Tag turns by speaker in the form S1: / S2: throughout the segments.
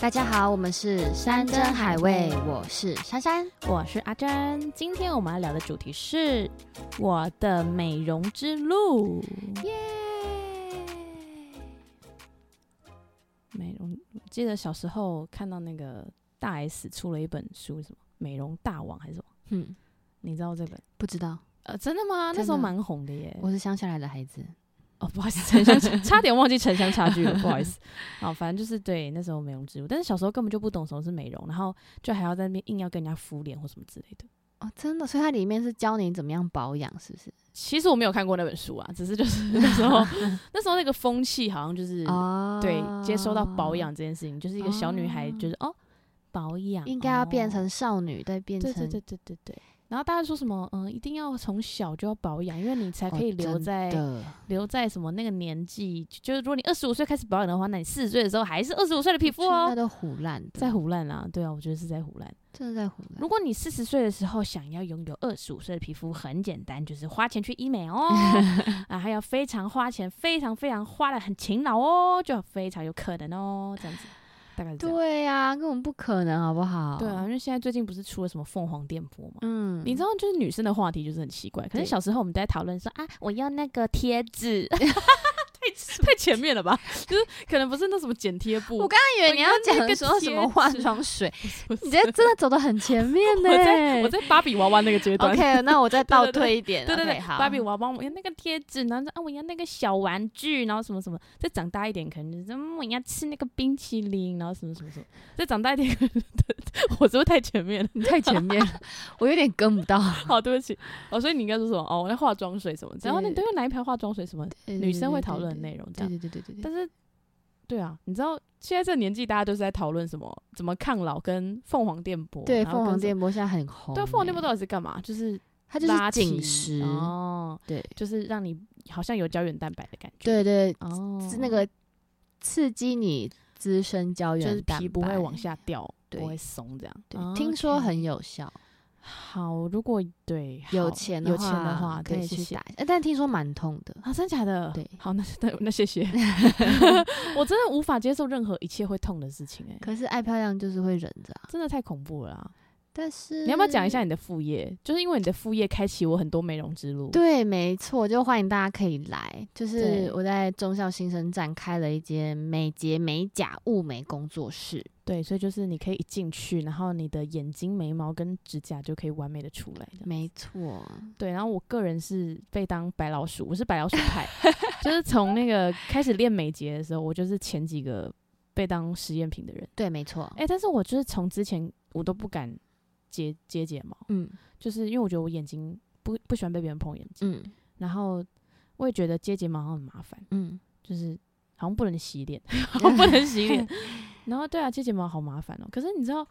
S1: 大家好，我们是山珍海味，我是珊珊。
S2: 我是阿珍，今天我们要聊的主题是我的美容之路。
S1: 耶！
S2: 美容，我记得小时候看到那个大 S 出了一本书，什么《美容大王》还是什么？
S1: 嗯，
S2: 你知道这本？
S1: 不知道，
S2: 呃，真的吗？
S1: 真的
S2: 那时候蛮红的耶。
S1: 我是乡下来的孩子。
S2: 哦，不好意思， 城乡差差点忘记城乡差距了，不好意思。啊，反正就是对那时候美容之路，但是小时候根本就不懂什么是美容，然后就还要在那边硬要跟人家敷脸或什么之类的。
S1: 哦，真的，所以它里面是教你怎么样保养，是不是？
S2: 其实我没有看过那本书啊，只是就是那时候 那时候那个风气好像 就是
S1: 哦
S2: 对，接收到保养这件事情，就是一个小女孩，
S1: 哦
S2: 就是哦，保养
S1: 应该要变成
S2: 哦
S1: 少女，对，变成
S2: 对对对对对对。然后大家说什么，嗯，一定要从小就要保养，因为你才可以
S1: 哦
S2: 留
S1: 真
S2: 在、
S1: 的
S2: 留在什么那个年纪，就就是如果你二十五岁开始保养的话，那你四十岁的时候还是二十五岁的皮肤
S1: 那
S2: 哦，
S1: 都胡烂的，
S2: 在胡乱啦，对啊，我觉得是在胡乱。
S1: 真的在胡
S2: 如
S1: 烂。
S2: 果你四十岁的时候想要拥有二十五岁的皮肤，很简单，就是花钱去医美 哦，啊，还要非常花钱，非常非常花的很勤劳哦，就非常有可能哦，这样子，大概是这样。
S1: 对呀、根本不可能，好不好？
S2: 啊对啊，，因为现在最近不是出了什么凤凰电波嘛。
S1: 嗯，
S2: 你知道，就是女生的话题就是很奇怪。可
S1: 对
S2: 是小时候我们都在讨论说啊，我要那个贴纸，太 太前面了吧？ 就是可能不是那什么剪贴布，
S1: 我刚刚以为你要
S2: 我用那
S1: 讲
S2: 个
S1: 说什么
S2: 贴
S1: 化
S2: 纸
S1: 妆水，
S2: 不是
S1: 你这真的走的很前面呢、
S2: 我在我在芭比娃娃那个阶段
S1: OK，那我再
S2: 对对
S1: 倒退一点。
S2: 对对
S1: OK，
S2: 对，
S1: 好。
S2: 芭比娃娃，我要那个贴纸，然后说啊，我要那个小玩具，然后什么什么。再长大一点，可能就是嗯，我要吃那个冰淇淋，然后什么什么什么。再长大一点，可能 我是不是太前面了？
S1: 你太前面 了，我有点跟不到。
S2: 好，对不起。哦，所以你应该说什么？哦，我要化妆水什么的。然后哦你
S1: 对
S2: 都用哪一排化妆水什么？女生会讨论的内容这
S1: 对。对
S2: 样。
S1: 对对对对对，
S2: 但是，对啊，你知道现在这个年纪，大家都是在讨论什么？怎么抗老跟凤凰电波？
S1: 对
S2: 然后
S1: 凤凰
S2: 跟什么。
S1: 电波现在很红欸。
S2: 对啊，凤凰电波到底是干嘛？就是
S1: 它就
S2: 拉
S1: 是
S2: 提
S1: 紧实，
S2: 哦，
S1: 对
S2: 就是让你好像有胶原蛋白的感觉。
S1: 对对，
S2: 哦，
S1: 是那个刺激你滋生胶
S2: 就
S1: 原
S2: 是
S1: 蛋白，
S2: 皮不会往。下掉，
S1: 对
S2: 不会松这样。
S1: 对
S2: 哦，
S1: 听说
S2: OK
S1: 很有效，
S2: 好。如果对
S1: 有
S2: 好
S1: 钱
S2: 有钱的话，
S1: 可
S2: 对
S1: 以
S2: 谢
S1: 去
S2: 谢
S1: 打，呃但听说蛮痛的。
S2: 啊，真假的？
S1: 对
S2: 好，那那那 谢谢。我真的无法接受任何一切会痛的事情，哎，
S1: 可是爱漂亮就是会忍着啊。
S2: 真的太恐怖了啊。
S1: 但是
S2: 你要不要讲一下？你的副业？就是因为你的副业开启我很多美容之路。
S1: 对，没错，就欢迎大家可以来。就是
S2: 对
S1: 我在中校新生站开了一间美睫美甲雾眉工作室，
S2: 对，所以就是你可以一进去，然后你的眼睛、眉毛跟指甲就可以完美的出来的。
S1: 没错，
S2: 对，然后我个人是被当白老鼠，我是白老鼠派， 就是从那个开始练美睫的时候，我就是前几个被当实验品的人。
S1: 对，没错，
S2: 哎、但是我就是从之前我都不敢接接睫毛，
S1: 嗯
S2: 就是因为我觉得我眼睛不不喜欢被别人碰眼睛，
S1: 嗯
S2: 然后我也觉得接睫毛好像很麻烦，
S1: 嗯，
S2: 就是好像不能洗 脸，好 像不能洗脸。然后对啊，接睫毛好麻烦哦、可是你知道，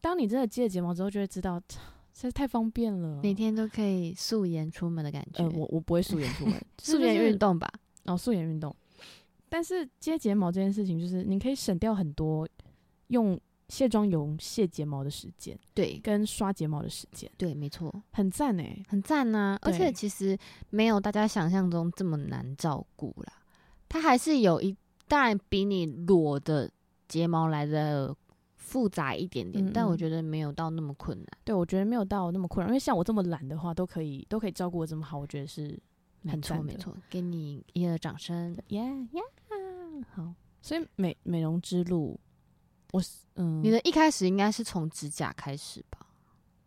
S2: 当你真的接了睫毛之后，就会知道， 实在太方便了。
S1: 每天都可以素颜出门的感觉，
S2: 呃，我我不会素颜出门，
S1: 素颜运
S2: 动
S1: 动吧，
S2: 哦，素颜运动。但是接睫毛这件事情，就是你可以省掉很多用卸妆油卸睫毛的时间，
S1: 对
S2: 跟刷睫毛的时间，
S1: 对，没错，
S2: 很赞哎、
S1: 很赞呐、而且
S2: 对
S1: 其实没有大家想象中这么难照顾啦，它还是有一，当然比你裸的睫毛来的复杂一点点，
S2: 嗯
S1: 但我
S2: 嗯
S1: 觉得没有到那么困难，
S2: 对我觉得没有到那么困扰，因为像我这么懒的话，都可以都可以照顾的这么好，我觉得是
S1: 没
S2: 很
S1: 错
S2: 赞
S1: 没
S2: 的
S1: 错，给你一个掌声，
S2: 呀呀好。所以美美容之路，我是嗯，
S1: 你的一开始应该是从指甲开始吧？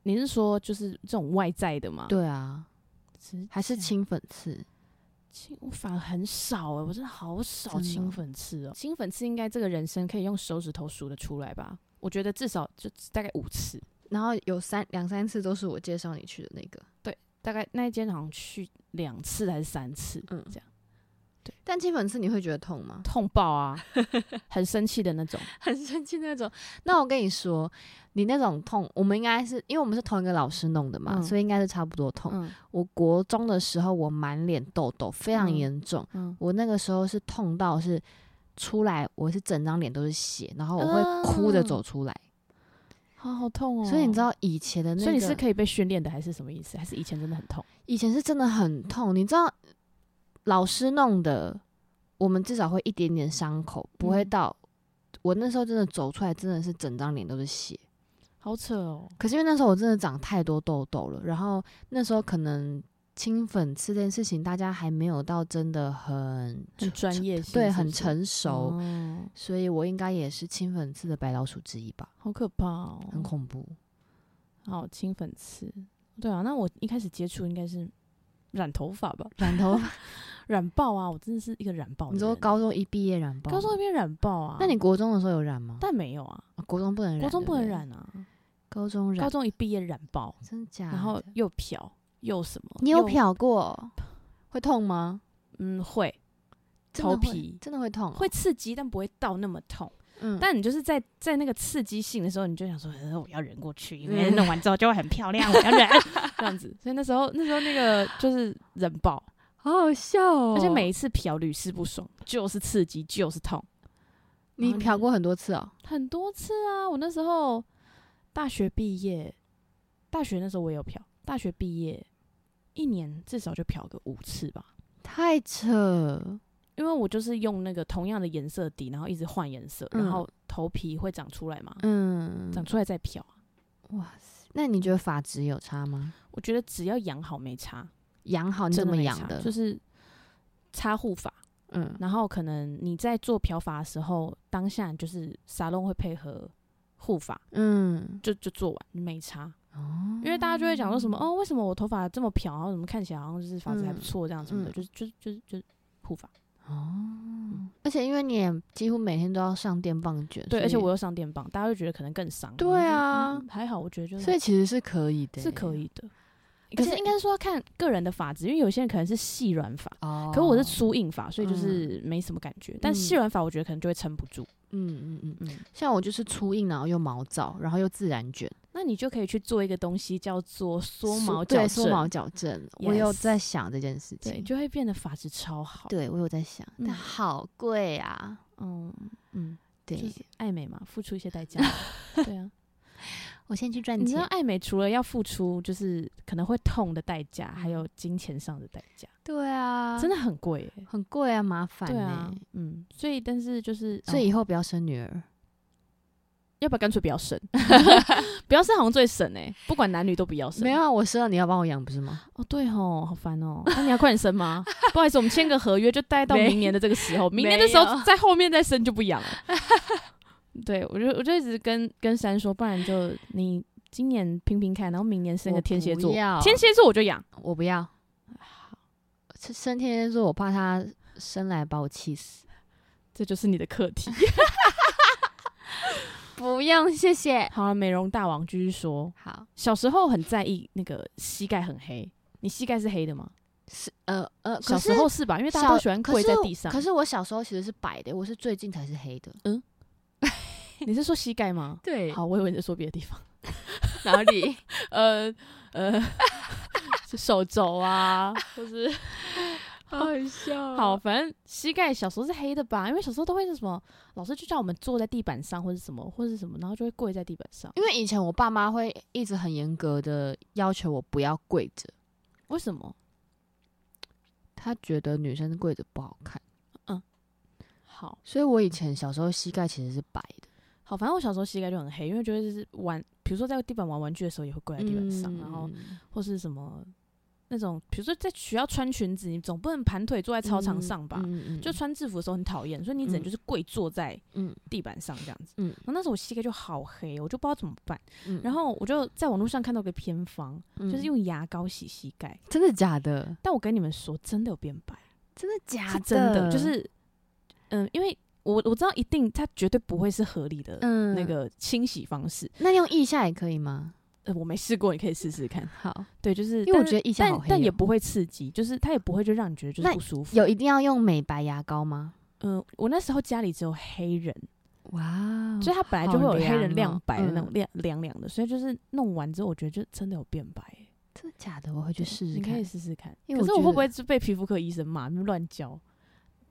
S2: 你是说就是这种外在的吗？，
S1: 对啊，
S2: 指
S1: 还是
S2: 甲
S1: 清粉刺？
S2: 清我反而很少哎、我真的好少
S1: 真的哦
S2: 清粉刺哦、清粉刺应该这个人生可以用手指头数得出来吧？我觉得至少就大概五次，
S1: 然后有三两三次都是我介绍你去的那个，
S2: 大概那一间好像去两次还是三次，
S1: 嗯
S2: 这样
S1: 但清粉刺你会觉得痛吗？
S2: 痛 爆啊，很生气的那种。
S1: 很生气那种。那我跟你说，你那种痛，我们应该是因为我们是同一个老师弄的嘛，
S2: 嗯
S1: 所以应该是差不多痛。
S2: 嗯
S1: 我国中的时候，我满脸痘痘，非常
S2: 嗯
S1: 严重。
S2: 嗯，
S1: 我那个时候是痛到是出来，我是整张脸都是血，然后我会哭着
S2: 啊
S1: 走出来。
S2: 好好痛哦、
S1: 所以你知道以前的那个，
S2: 所以你是可以被训练的，还是什么意思？还是以前真的很痛？
S1: 以前是真的很痛，你知道，老师弄的，我们至少会一点点伤口，不会
S2: 嗯
S1: 到我那时候真的走出来，真的是整张脸都是血。
S2: 好扯哦，
S1: 可是因为那时候我真的长太多痘痘了，然后那时候可能清粉刺这件事情，大家还没有到真的很
S2: 很专业性，
S1: 对
S2: 是不
S1: 很
S2: 是
S1: 成熟，
S2: 哦
S1: 所以我应该也是清粉刺的白老鼠之一吧，
S2: 好可怕哦，
S1: 很恐 怖。
S2: 好清粉刺。对啊，那我一开始接触应该是染头发吧，
S1: 染头发，
S2: 染爆啊！我真的是一个染爆的人。
S1: 你说高中一毕业染包吗，
S2: 高中那边染爆啊？
S1: 那你国中的时候有染吗？
S2: 但没有啊，
S1: 啊国中不能染，
S2: 高中
S1: 对不
S2: 不能
S1: 对，
S2: 染啊，
S1: 高中染，
S2: 高中一毕业染爆，
S1: 真假的？
S2: 然后又漂又什么？
S1: 你有
S2: 又？
S1: 漂 过，会痛吗？
S2: 嗯，会
S1: 真的
S2: 头
S1: 会
S2: 皮
S1: 真的会痛哦，
S2: 会刺激，但不会到那么痛。
S1: 嗯，
S2: 但你就是在在那个刺激性的时候，你就想说，呃我要忍过去，因
S1: 嗯
S2: 为弄完之后就会很漂亮，我要 忍这样子。所以那时候那时候那个就是忍爆，
S1: 好好笑哦
S2: 而且每一次漂屡试不爽，就是刺激，就是痛，
S1: 你
S2: 啊
S1: 漂过很多次哦，
S2: 很多次啊。我那时候大学毕业，大学那时候我也有漂，大学毕业一年至少就漂个五次吧，
S1: 太扯，
S2: 因为我就是用那个同样的颜色底，然后一直换颜色，
S1: 嗯
S2: 然后头皮会长出来嘛，
S1: 嗯，
S2: 长出来再漂啊。
S1: 哇塞，那你觉得发质有差吗？
S2: 我觉得只要养好没差。
S1: 养好你
S2: 真
S1: 怎么
S2: 没
S1: 养
S2: 差
S1: 的？
S2: 就是擦护法，
S1: 嗯，
S2: 然后可能你在做漂法的时候，当下就是沙龙会配合护法，
S1: 嗯，
S2: 就就做完没擦。
S1: 哦，
S2: 因为大家就会讲说什么哦，为什么我头发这么漂，然后怎么看起来好像就是发质还不错这样什么的，
S1: 嗯
S2: 就是就是就是就是护发。
S1: 哦，而且因为你也几乎每天都要上电棒卷，
S2: 对，
S1: 所
S2: 而
S1: 以
S2: 且我，又上电棒，大家就觉得可能更伤。
S1: 对
S2: 我就觉得
S1: 啊
S2: 嗯还好，我觉得就是
S1: 所以其实是可以的，
S2: 是可，以的。
S1: 而
S2: 可是
S1: 且
S2: 应该说要看个人的发质，因为有些人可能是细软发，
S1: 哦，
S2: 可我是，粗硬发，所以就是没什么感觉。但细
S1: 嗯
S2: 软发我觉得可能就会撑不住。
S1: 嗯嗯嗯，
S2: 嗯，
S1: 像我就是粗硬，然后又毛躁，然后又自然卷，
S2: 那你就可以去做一个东西叫做缩
S1: 缩
S2: 毛矫
S1: 对，缩
S2: 正，
S1: 毛矫正，我有
S2: Yes
S1: 在想这件事
S2: 对，
S1: 情，
S2: 就会变得发质超好。，
S1: 对我有在想，但
S2: 嗯
S1: 好贵啊，
S2: 嗯嗯，就
S1: 对
S2: 是爱美嘛，付出一些 代价。对啊，
S1: 我先去赚
S2: 你知道
S1: 钱，
S2: 爱美除了要付出就是可能会痛的代价，还有金钱上的代价，
S1: 对嗯啊，
S2: 真
S1: 的
S2: 的很贵耶。
S1: 很贵啊，麻烦
S2: 对啊
S1: 呢，，
S2: 嗯，所以但是就是，
S1: 所
S2: 哦
S1: 以以后不要生女儿。
S2: 要不要干脆不 要生？不要生好像最省哎，不管男女都不要生。
S1: 没有啊，我生了你要帮我养不是吗？
S2: 哦，对吼，好烦哦。那你要快点生吗？不好意思，我们签个合约，就待到明年的这 个时候，明年的时
S1: 没
S2: 候
S1: 有
S2: 在后面再生就不 养了。对，我就我就一直跟跟珊说，不然就你今年拼拼看，然后明年生
S1: 我
S2: 个天蝎
S1: 不
S2: 座，
S1: 要
S2: 天蝎座我就养。
S1: 我不要，生生天蝎座，我怕他生来把我气死。
S2: 这就是你的课题。
S1: 不用，谢谢。
S2: 好啊了，美容大王继续说，
S1: 好，
S2: 小时候很在意那个膝盖很黑，你膝盖是黑的吗？
S1: 是呃呃，
S2: 小
S1: 可
S2: 时
S1: 是
S2: 候是吧？因为大家都喜欢
S1: 可
S2: 跪
S1: 是
S2: 在
S1: 我
S2: 地上。
S1: 可是我小时候其实是白的，我是最近才是黑的。
S2: 你是说膝盖吗？
S1: 对
S2: 好，我以为你在说别的地方。
S1: 哪里？
S2: 呃呃， 是手肘啊，或是
S1: 好笑
S2: 好，，反正膝盖小时候是黑的吧？因为小时候都会是什么，老师就叫我们坐在地板上，或者什么，或者什么，然后就会跪在地板上。
S1: 因为以前我爸妈会一直很严格的要求我不要跪着，
S2: 为什么？
S1: 他觉得女生跪着不好看，
S2: 好
S1: 所以我以前小时候膝盖其实是白的。
S2: 好，反正我小时候膝盖就很黑，因为觉得就是玩，比如说在地板玩玩具的时候也会跪在地板上，然后
S1: 嗯
S2: 或是什么那种，比如说在学校穿裙子，你总不能盘腿坐在操场上吧？
S1: 嗯嗯嗯
S2: 就穿制服的时候很讨厌，所以你只能
S1: 嗯
S2: 就是跪坐在
S1: 嗯
S2: 地板上这样子。
S1: 嗯
S2: 然后那时候我膝盖就好黑，我就不知道怎么办。
S1: 嗯
S2: 然后我就在网络上看到一个偏方，就
S1: 嗯
S2: 是用牙膏洗膝盖。
S1: 真的假的？
S2: 但我跟你们说，真的有变白，
S1: 啊真的假
S2: 是真的，就是嗯，因为我我知道一定它绝对不会是合理的
S1: 嗯
S2: 那个清洗方式。
S1: 那用腋下也可以吗？
S2: 呃，我没试过，你可以试试看。
S1: 好，
S2: 对，嗯就是
S1: 因为我
S2: 但是
S1: 觉得腋下好
S2: 但
S1: 黑、哦
S2: 但也不会刺激，就是它也不会就让你觉得就是
S1: 那
S2: 不舒服。
S1: 有一定要用美白牙膏吗？
S2: 嗯、我那时候家里只有黑人，
S1: 哇
S2: 所以它本来就会有黑人
S1: 哦好凉
S2: 亮
S1: 哦
S2: 白的那种
S1: 嗯
S2: 亮凉凉的，所以就是弄完之后，我觉得就真的有变白欸。
S1: 真的假的？我会去
S2: 对
S1: 试试
S2: 你可
S1: 看
S2: 以。试试看。
S1: 因为
S2: 可
S1: 我
S2: 是我
S1: 觉
S2: 会不
S1: 得
S2: 会是被皮肤科医生骂，你们乱教？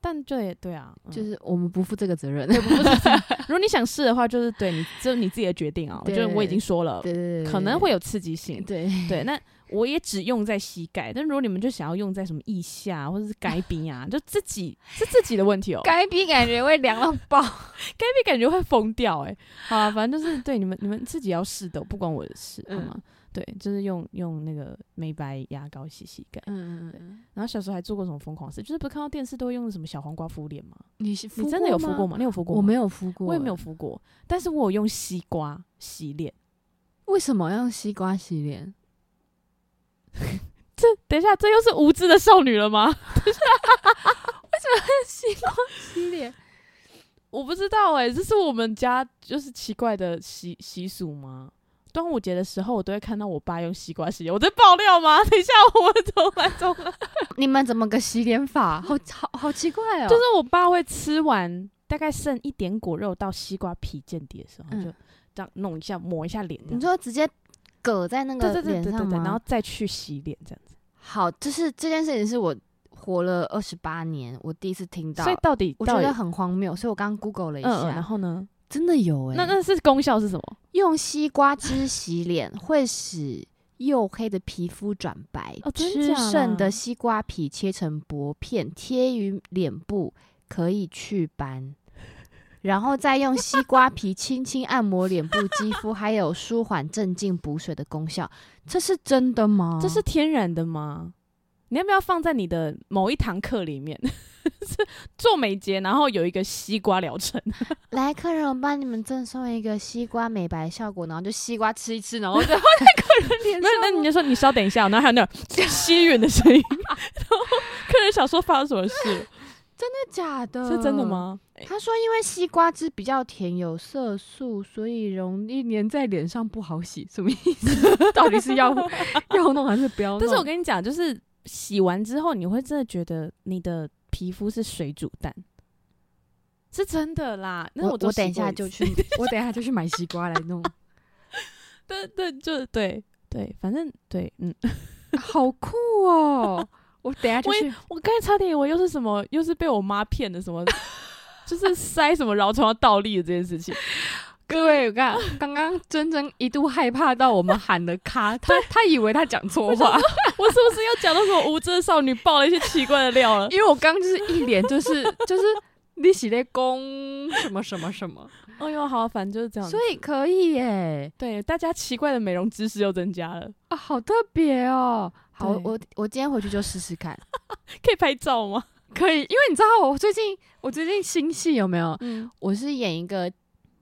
S2: 但对对啊，嗯
S1: 就是我们不负这个责任，
S2: 对，不是这样 如果你想试的话，就是对你，就是你自己的决定啊。我
S1: 对
S2: 觉得我已经说了，
S1: 对对对，
S2: 可能会有刺激性。
S1: 对
S2: 对，那我也只用在膝盖，但如果你们就想要用在什么腋下或者是该边 啊，就自己是自己的问题哦、
S1: 该逼感觉会凉到爆。
S2: 该边感觉会疯掉哎、好啦，反正就是对你们你们自己要试的，不关我的事，好
S1: 嗯
S2: 吗？对，就是用用那个美白牙膏洗膝盖。
S1: 嗯嗯嗯，
S2: 然后小时候还做过什么疯狂事，就是不是看到电视都会用什么小黄瓜敷脸吗？
S1: 你是
S2: 你真的有敷过
S1: 吗？
S2: 吗？你有敷过吗？
S1: 我没有敷过，欸
S2: 我也没有。敷过，但是我有用西瓜洗脸。
S1: 为什么要用西瓜洗 脸？
S2: 这等一下，这又是无知的少女了吗？
S1: 西瓜洗脸？
S2: 我不知道哎、这是我们家就是奇怪的习习俗吗？端午节的时候，我都会看到我爸用西瓜洗脸。我在爆料吗？ 等一下，我重来，重
S1: 哎
S2: 来。
S1: 你们怎么个洗脸法？好好好奇怪哦！
S2: 就是我爸会吃完大概剩一点果肉到西瓜皮见底的时候，
S1: 嗯
S2: 就这样弄一下，抹一下脸这样。
S1: 你说直接搁在那
S2: 对
S1: 个
S2: 对对
S1: 脸
S2: 对对
S1: 上
S2: 对，
S1: 吗？
S2: 然后再去洗脸这样子。
S1: 好，就是这件事情是我活了二十八年，我第一次听到
S2: 所以，到底
S1: 我
S2: 到
S1: 觉
S2: 底
S1: 得很荒谬，所以我刚刚 Google 了一
S2: 嗯嗯，
S1: 下，
S2: 然后呢？
S1: 真的有哎、
S2: 那那是功效是什么？
S1: 用西瓜汁洗脸会使黝黑的皮肤转白，
S2: 哦真
S1: 吃
S2: 假啦
S1: 剩的西瓜皮切成薄片贴于脸部，可以祛斑。然后再用西瓜皮轻轻按摩脸部肌肤，还有舒缓、镇静、补水的功效，这是真的吗？
S2: 这是天然的吗？你要不要放在你的某一堂课里面？ 是做美睫，然后有一个西瓜疗 程，
S1: 来，客人，我帮你们赠送一个西瓜美白效果，然后就西瓜吃一吃，然后就
S2: 那那你就说你稍等一下，然后还有那 种吸吮的声音，然后客人想说发生什么事，
S1: 假的，
S2: 是真的？ 吗？
S1: 他说，因为西瓜汁比较甜，有色素，所以容易粘在脸上，不好洗。什么意思？到底是 要 要弄还是不要弄？
S2: 但是我跟你讲，就是洗完之后，你会真的觉得你的皮肤是水煮蛋，是真的啦。那
S1: 我
S2: 都
S1: 等一
S2: 洗过
S1: 下
S2: 次
S1: 就去，我等一下就去买西瓜来弄，
S2: 对对，就对对，反正对，嗯，
S1: 好酷哦！我等一下就
S2: 我也
S1: 去，
S2: 我刚才差点以为又是什么，又是被我妈骗的什么，就是塞什么饶虫要倒立的这件事情。
S1: 各位，我看刚刚真真一度害怕到我们喊了 咔，他他以为他讲错话。
S2: 我是不是又讲到什么无知的少女爆了一些奇怪的料了？
S1: 因为我刚就是一脸就是 就是你洗在攻什么什么什么，
S2: 哎呦，好，反正就是这样。
S1: 所以可以耶
S2: 对大家奇怪的美容知识又增加了，
S1: 啊，好特别哦。好，我
S2: 对
S1: 我我今天回去就试试看，
S2: 可以拍照吗？
S1: 可以，因为你知道我最近我最近新戏有没有？
S2: 嗯，
S1: 我是演一个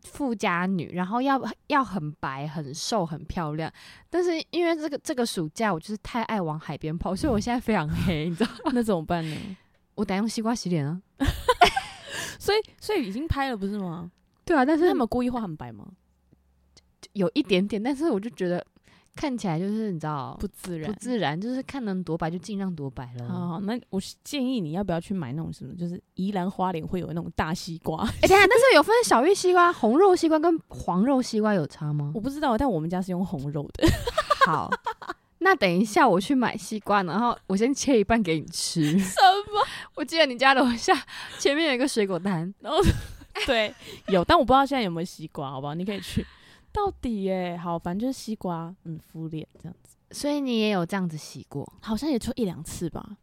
S1: 富家女，然后要要很白、很瘦、很漂亮，但是因为这个这个暑假我就是太爱往海边跑，所以我现在非常黑，你知道？
S2: 那怎么办呢？
S1: 我得用西瓜洗脸啊。
S2: 所以所以已经拍了不是吗？
S1: 对啊，但
S2: 是他们故意画很白吗？
S1: 有一点点，但是我就觉得看起来就是你知道
S2: 不自然
S1: 不。自哦然，就是看能多白就尽量多白了。
S2: 好好，那我是建议你要不要去买那种什么，就是宜兰花莲会有那种大西瓜，
S1: 哎、等一下，但是有分小玉西瓜、红肉西瓜跟黄肉西瓜有差吗？
S2: 我不知道，但我们家是用红肉的。
S1: 好， 那等一下我去买西瓜，然后我先切一半给你 吃。
S2: 什么？
S1: 我记得你家楼下 前面有一个水果摊，
S2: 然后 对，有，但我不知道现在有没有西瓜，好不好？你可以去。到底耶、好，反正就是西瓜，嗯，敷脸这样子，
S1: 所以你也有这样子洗过。
S2: 好像也就一两次吧，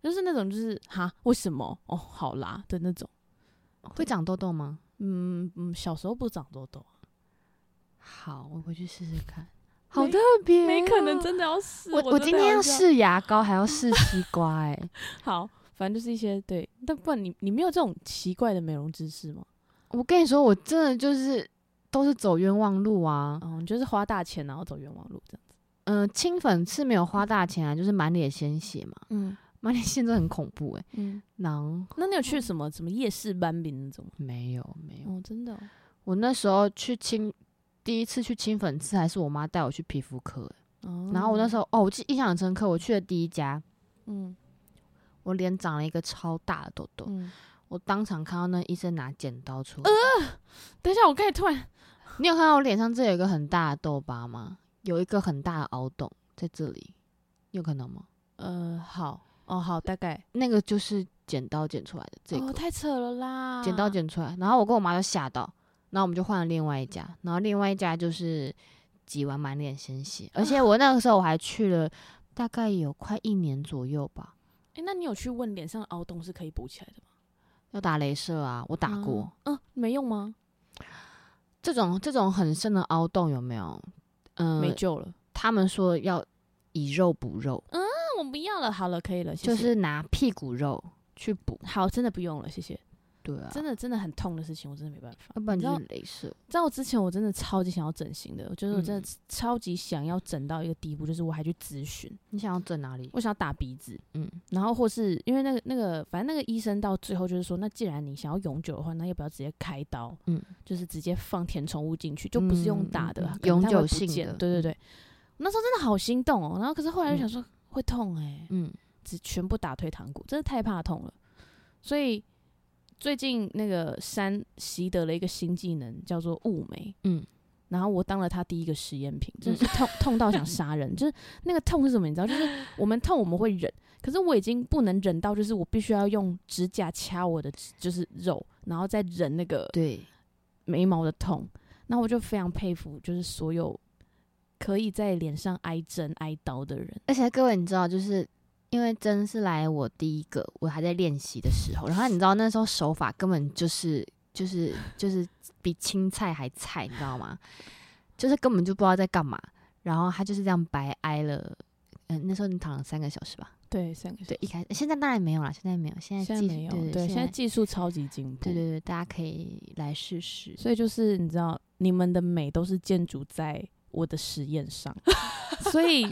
S2: 就是那种就是哈，为什么？哦，好啦的那种。
S1: 会长痘痘吗？
S2: 嗯嗯，小时候不长痘痘，
S1: 好，我回去试试看。
S2: 没
S1: 好特别、哦
S2: 没可能。真的要试。
S1: 我
S2: 我真
S1: 今
S2: 的
S1: 天要
S2: 这样
S1: 试牙膏，还要试西瓜、 哎，
S2: 好，反正就是一些对，但不然你你没有这种奇怪的美容知识吗？
S1: 我跟你说，我真的就是都是走冤枉路啊。
S2: 嗯，就是花大钱然后走冤枉路这样子。
S1: 嗯、清粉是没有花大钱啊，就是满脸鲜血嘛，
S2: 嗯
S1: 满脸鲜真的很恐怖哎、
S2: 嗯，
S1: 然后
S2: 那你有去什么什么夜市班饼那种吗？
S1: 没有没有，
S2: 哦，真的哦、
S1: 我那时候去清第一次去清粉刺，还是我妈带我去皮肤科欸、
S2: 哦
S1: 然后我那时
S2: 候，
S1: 候哦，我记印象很深刻，我去的第一家，
S2: 嗯
S1: 我脸长了一个超大的痘痘，
S2: 嗯，呃
S1: 我当场看到那医生拿剪刀出来。
S2: 等一下，我刚才突然，
S1: 你有看到我脸上这有一个很大的痘疤吗？有一个很大的凹洞在这里，你有看到吗？
S2: 呃，好，哦，好，大概，
S1: 那个就是剪刀剪出来的这个。
S2: 哦，太扯了啦，
S1: 剪刀，剪出来，然后我跟我妈就吓到，然后我们就换了另外一家，然后另外一家就是挤完满脸鲜血，而且我那个时候我还去了大概有快一年左右吧，
S2: 哎，那你有去问脸上的凹洞是可以补起来的吗？
S1: 要打镭射啊，我打过。
S2: 嗯，嗯，没用吗？
S1: 这种这种很深的凹洞有没有？嗯、
S2: 没救了。
S1: 他们说要以肉补肉，
S2: 那我不要了，好了，可以了，谢
S1: 就
S2: 谢
S1: 是拿屁股肉去补。
S2: 好，真的不用了，谢谢。
S1: 对啊，
S2: 真的真的很痛的事情，我真的没办法。
S1: 要不然
S2: 你知
S1: 就
S2: 道
S1: 是镭射。
S2: 在我之前，我真的超级想要整形的，我觉得我
S1: 嗯
S2: 真的超级想要整到一个地步，就是我还去咨询，
S1: 你想要整哪里？
S2: 我想要打鼻子，
S1: 嗯，
S2: 然后或是因为那个那个，反正那个医生到最后就是说，那既然你想要永久的话，那要不要直接开刀？
S1: 嗯，
S2: 就是直接放填充物进去，就不是用打的，啊
S1: 嗯嗯嗯
S2: 可能它会
S1: 永久
S2: 不
S1: 性
S2: 见
S1: 的嗯
S2: 对对对，那时候真的好心动哦。然后可是后来就想说、会痛哎、
S1: 嗯，
S2: 只全部打退堂鼓，真的太怕痛了。所以最近那个山习得了一个新技能，叫做雾眉。
S1: 嗯，
S2: 然后我当了他第一个实验品，真的是痛、痛到想杀 人。就是那个痛是什么？你知道，就是我们痛我们会忍，可是我已经不能忍到，就是我必须要用指甲掐我的就是肉，然后再忍那个
S1: 对，
S2: 眉毛的痛。那我就非常佩服，就是所有可以在脸上挨针挨刀的人。
S1: 而且各位，你知道，就是因为真是来我第一个，我还在练习的时候，然后你知道那时候手法根本就是就是就是比青菜还菜，你知道吗？就是根本就不知道在干嘛，然后他就是这样白挨了。嗯，那时候你躺了三个小时吧？
S2: 对，三个
S1: 对，一开始现在当然没有啦，现在没有，现在
S2: 现在
S1: 技
S2: 没有，
S1: 对
S2: 对，
S1: 现
S2: 现在技术超级进步，
S1: 对对对，大家可以来试试。
S2: 所以就是你知道，你们的美都是建筑在我的实验 上，所以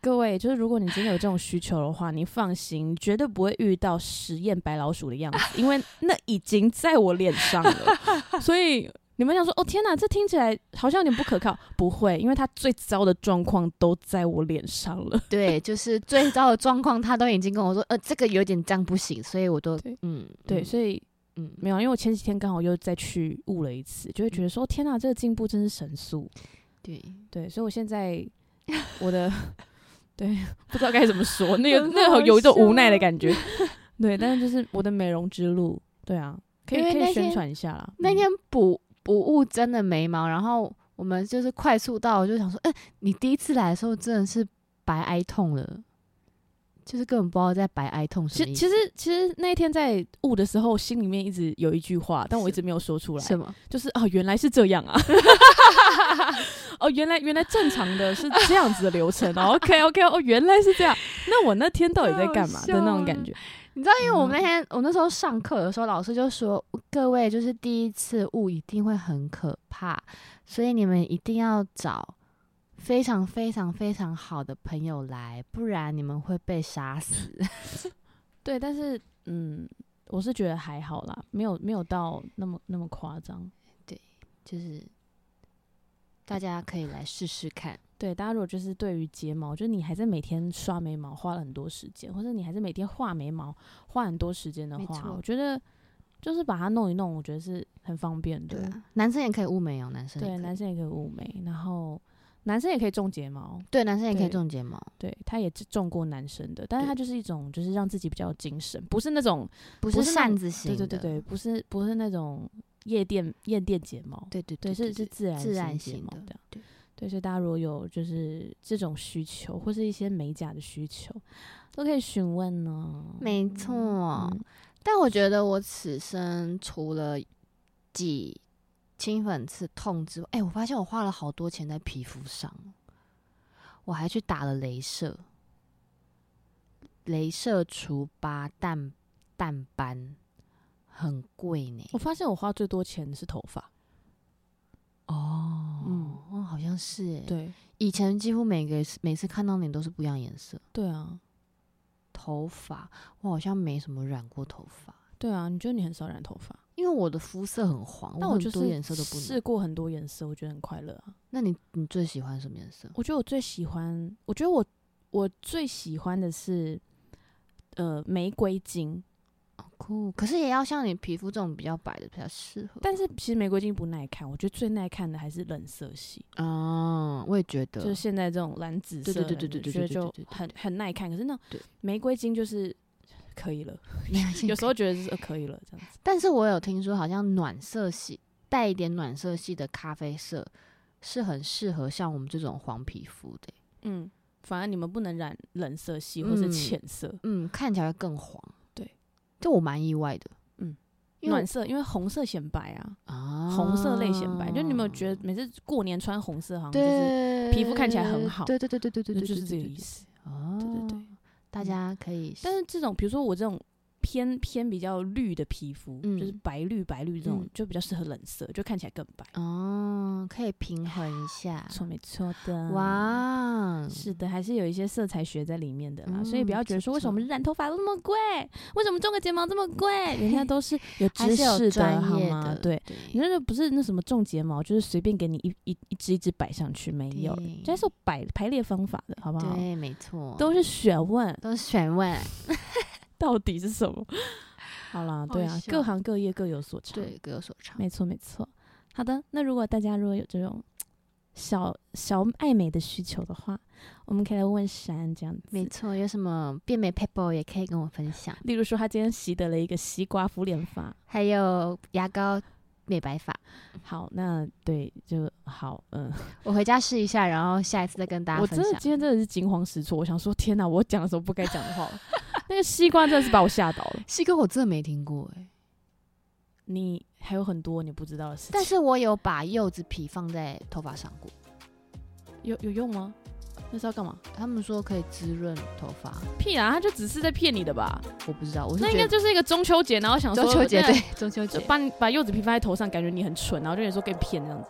S2: 各位就是如果你真的有这种需求的话，你放心，绝对不会遇到实验白老鼠的样子，因为那已经在我脸上了，所以。你们想说哦天哪，这听起来好像有点不可靠。不会，因为它最糟的状况都在我脸上了。
S1: 对，就是最糟的状况，他都已经跟我说，呃，这个有点这样不行，所以我都
S2: 对
S1: 嗯，
S2: 对，
S1: 嗯
S2: 所以
S1: 嗯，
S2: 没有，啊因为我前几天刚好又再去悟了一次，就会觉得说，天哪，这个进步真是神速。
S1: 对，
S2: 对，所以我现 在我的对不知道该怎么说，那个
S1: 很
S2: 那
S1: 好
S2: 个有一种
S1: 笑
S2: 无奈的感 觉。对，但是就是我的美容之路，对啊，可以
S1: 因为
S2: 可
S1: 那
S2: 以宣
S1: 天
S2: 传一下啦。
S1: 那
S2: 嗯
S1: 天补补雾真的眉毛，然后我们就是快速到，我就想说，嗯、你第一次来的时候真的是白挨痛了，就是根本不知道在白挨痛什
S2: 其
S1: 么意思。
S2: 其实其实那天在悟的时候，心里面一直有一句话，但我一
S1: 是
S2: 直没有说出来，
S1: 什么？
S2: 就是哦，原来是这样啊。 哦，原来原来正常的是这样子的流程哦。OK OK，哦，原来是这样。那我那天到底在干
S1: 太
S2: 嘛
S1: 好笑哦
S2: 的那种感
S1: 了
S2: 觉？
S1: 你知道，因为我
S2: 嗯
S1: 们那天、我那时候上课的时候，老师就说，各位就是第一次雾一定会很可怕，所以你们一定要找非常非常非常好的朋友来，不然你们会被杀死。
S2: 对，但是嗯，我是觉得还好啦，没有没有到那么那么夸张。
S1: 就是大家可以来试试看。
S2: 对，大家如果就是对于睫毛，就是你还在每天刷眉毛花了很多时间，或者你还在每天画眉毛花很多时间的
S1: 没
S2: 话，
S1: 错
S2: 我觉得就是把它弄一弄，我觉得是很方便的。，
S1: 男生也可以雾眉哦，男生也
S2: 啊对，
S1: 可以
S2: 男生也可以雾眉，然后男生也可以种睫毛，
S1: 对男生也可以
S2: 对
S1: 种睫毛，
S2: 对，他也种过男生的，但是
S1: 对
S2: 他就是一种就是让自己比较有精神，不是那种
S1: 不
S2: 是
S1: 是
S2: 那
S1: 扇
S2: 种
S1: 子型的，
S2: 对对对对，不是不是那种夜店夜店睫毛，
S1: 对对
S2: 对，是是自然
S1: 自然
S2: 睫
S1: 型
S2: 毛
S1: 的
S2: 这样
S1: 对
S2: 对，所以大家如果有就是这种需求，或是一些美甲的需求，都可以询问哦。
S1: 没错
S2: 嗯。
S1: 但我觉得我此生除了挤清粉刺痛之外，哎，我发现我花了好多钱在皮肤上哦，我还去打了镭射，镭射除疤淡淡斑，很贵呢。
S2: 我发现我花最多钱的是头发，
S1: 哦，
S2: 嗯
S1: 哦，好像是哎。
S2: 对
S1: 以前几乎每个每次看到你都是不一样颜色。
S2: 对啊
S1: 头发，我好像没什么染过头发，
S2: 对啊，你觉得你很少染头发，
S1: 因为我的肤色很黄，
S2: 但
S1: 很
S2: 就
S1: 多
S2: 是
S1: 颜色都不
S2: 试
S1: 能。
S2: 过很多颜色，我觉得很快乐啊。
S1: 那你你最喜欢什么颜色？
S2: 我觉得我最喜欢，我觉得我我最喜欢的是呃玫瑰金，哦
S1: 酷，可是也要像你皮肤这种比较白的比较适合。
S2: 但是其实玫瑰金不耐看，我觉得最耐看的还是冷色系。
S1: 嗯，我也觉得，
S2: 就是现在这种蓝紫色
S1: 对
S2: 的，
S1: 对对对对对
S2: 觉得
S1: 对对
S2: 就
S1: 对对对
S2: 很很耐看。可是那
S1: 对
S2: 种玫瑰金就是可 以了，
S1: 没有性
S2: 有时候
S1: 感，
S2: 觉得是呃可以了这样子。
S1: 但是我有听说好像暖色系带一点暖色系的咖啡色是很适合像我们这种黄皮肤的欸、
S2: 嗯，反正你们不能染冷色系或是
S1: 嗯
S2: 浅色、
S1: 嗯，看起来更黄。
S2: 对，
S1: 这我蛮意外的。
S2: 嗯，
S1: 因为
S2: 暖色，因为红色显白啊，
S1: 我啊，
S2: 红色类显白。就你有没有觉得每次过年穿红色好像就是
S1: 对
S2: 皮肤看起来很好
S1: 对对对对对对
S2: 那
S1: 对，
S2: 就是
S1: 对
S2: 这个
S1: 对
S2: 意
S1: 对
S2: 思。
S1: 哦，
S2: 对对对，嗯
S1: 大家可以试，
S2: 但是这种比如说我这种偏偏比较绿的皮肤，
S1: 嗯
S2: 就是白绿白绿这种，
S1: 嗯
S2: 就比较适合冷色，就看起来更白。
S1: 哦，可以平衡一下
S2: 没。错没错的，。
S1: 哇，哦
S2: 是的，还是有一些色彩学在里面的啦，所以
S1: 嗯
S2: 不要觉得说为什么染头发那么贵，为什么种个睫毛这么贵，人家都是有
S1: 还
S2: 知
S1: 是有
S2: 识的，
S1: 专
S2: 好
S1: 业
S2: 吗
S1: 的，？
S2: 对，你那个不是那什么种睫毛，就是随便给你一一一支一支摆上去，没有，
S1: 对
S2: 这是有摆排列方法的，好不好？
S1: 对，没错，
S2: 哦都是学问，
S1: 都是选问。
S2: 到底是什么？好啦，对
S1: 好
S2: 啊，
S1: 笑
S2: 各行各业各有所长，
S1: 对，各有所长。
S2: 没错没错。好的，那如果大家如果有这种小小爱美的需求的话，我们可以来问问珊这样子。
S1: 没错，有什么变美 paper 也可以跟我分享，
S2: 例如说，他今天习得了一个西瓜敷脸法。
S1: 还有牙膏美白法，
S2: 好，那对就好，嗯，
S1: 我回家试一下，然后下一次再跟大家
S2: 我
S1: 分
S2: 真的
S1: 享。
S2: 今天真的是惊慌失措，我想说，天哪，我讲了什么不该讲的话 了？那个西瓜真的是把我吓到了。
S1: 西哥我真的没听过
S2: 欸
S1: 哎、
S2: 你还有很多你不知道的事情，
S1: 但是我有把柚子皮放在头发上过，
S2: 有有用吗？那是要干嘛？
S1: 他们说可以滋润头发，
S2: 屁啊，他就只是在骗你的吧？
S1: 我不知道，我是
S2: 那应
S1: 觉
S2: 该
S1: 得
S2: 就是一个中秋节，然后想说
S1: 中秋节
S2: 那
S1: 对中秋
S2: 就
S1: 节，
S2: 把你把柚子皮放在头上，感觉你很蠢，然后就有人说给你骗这样子。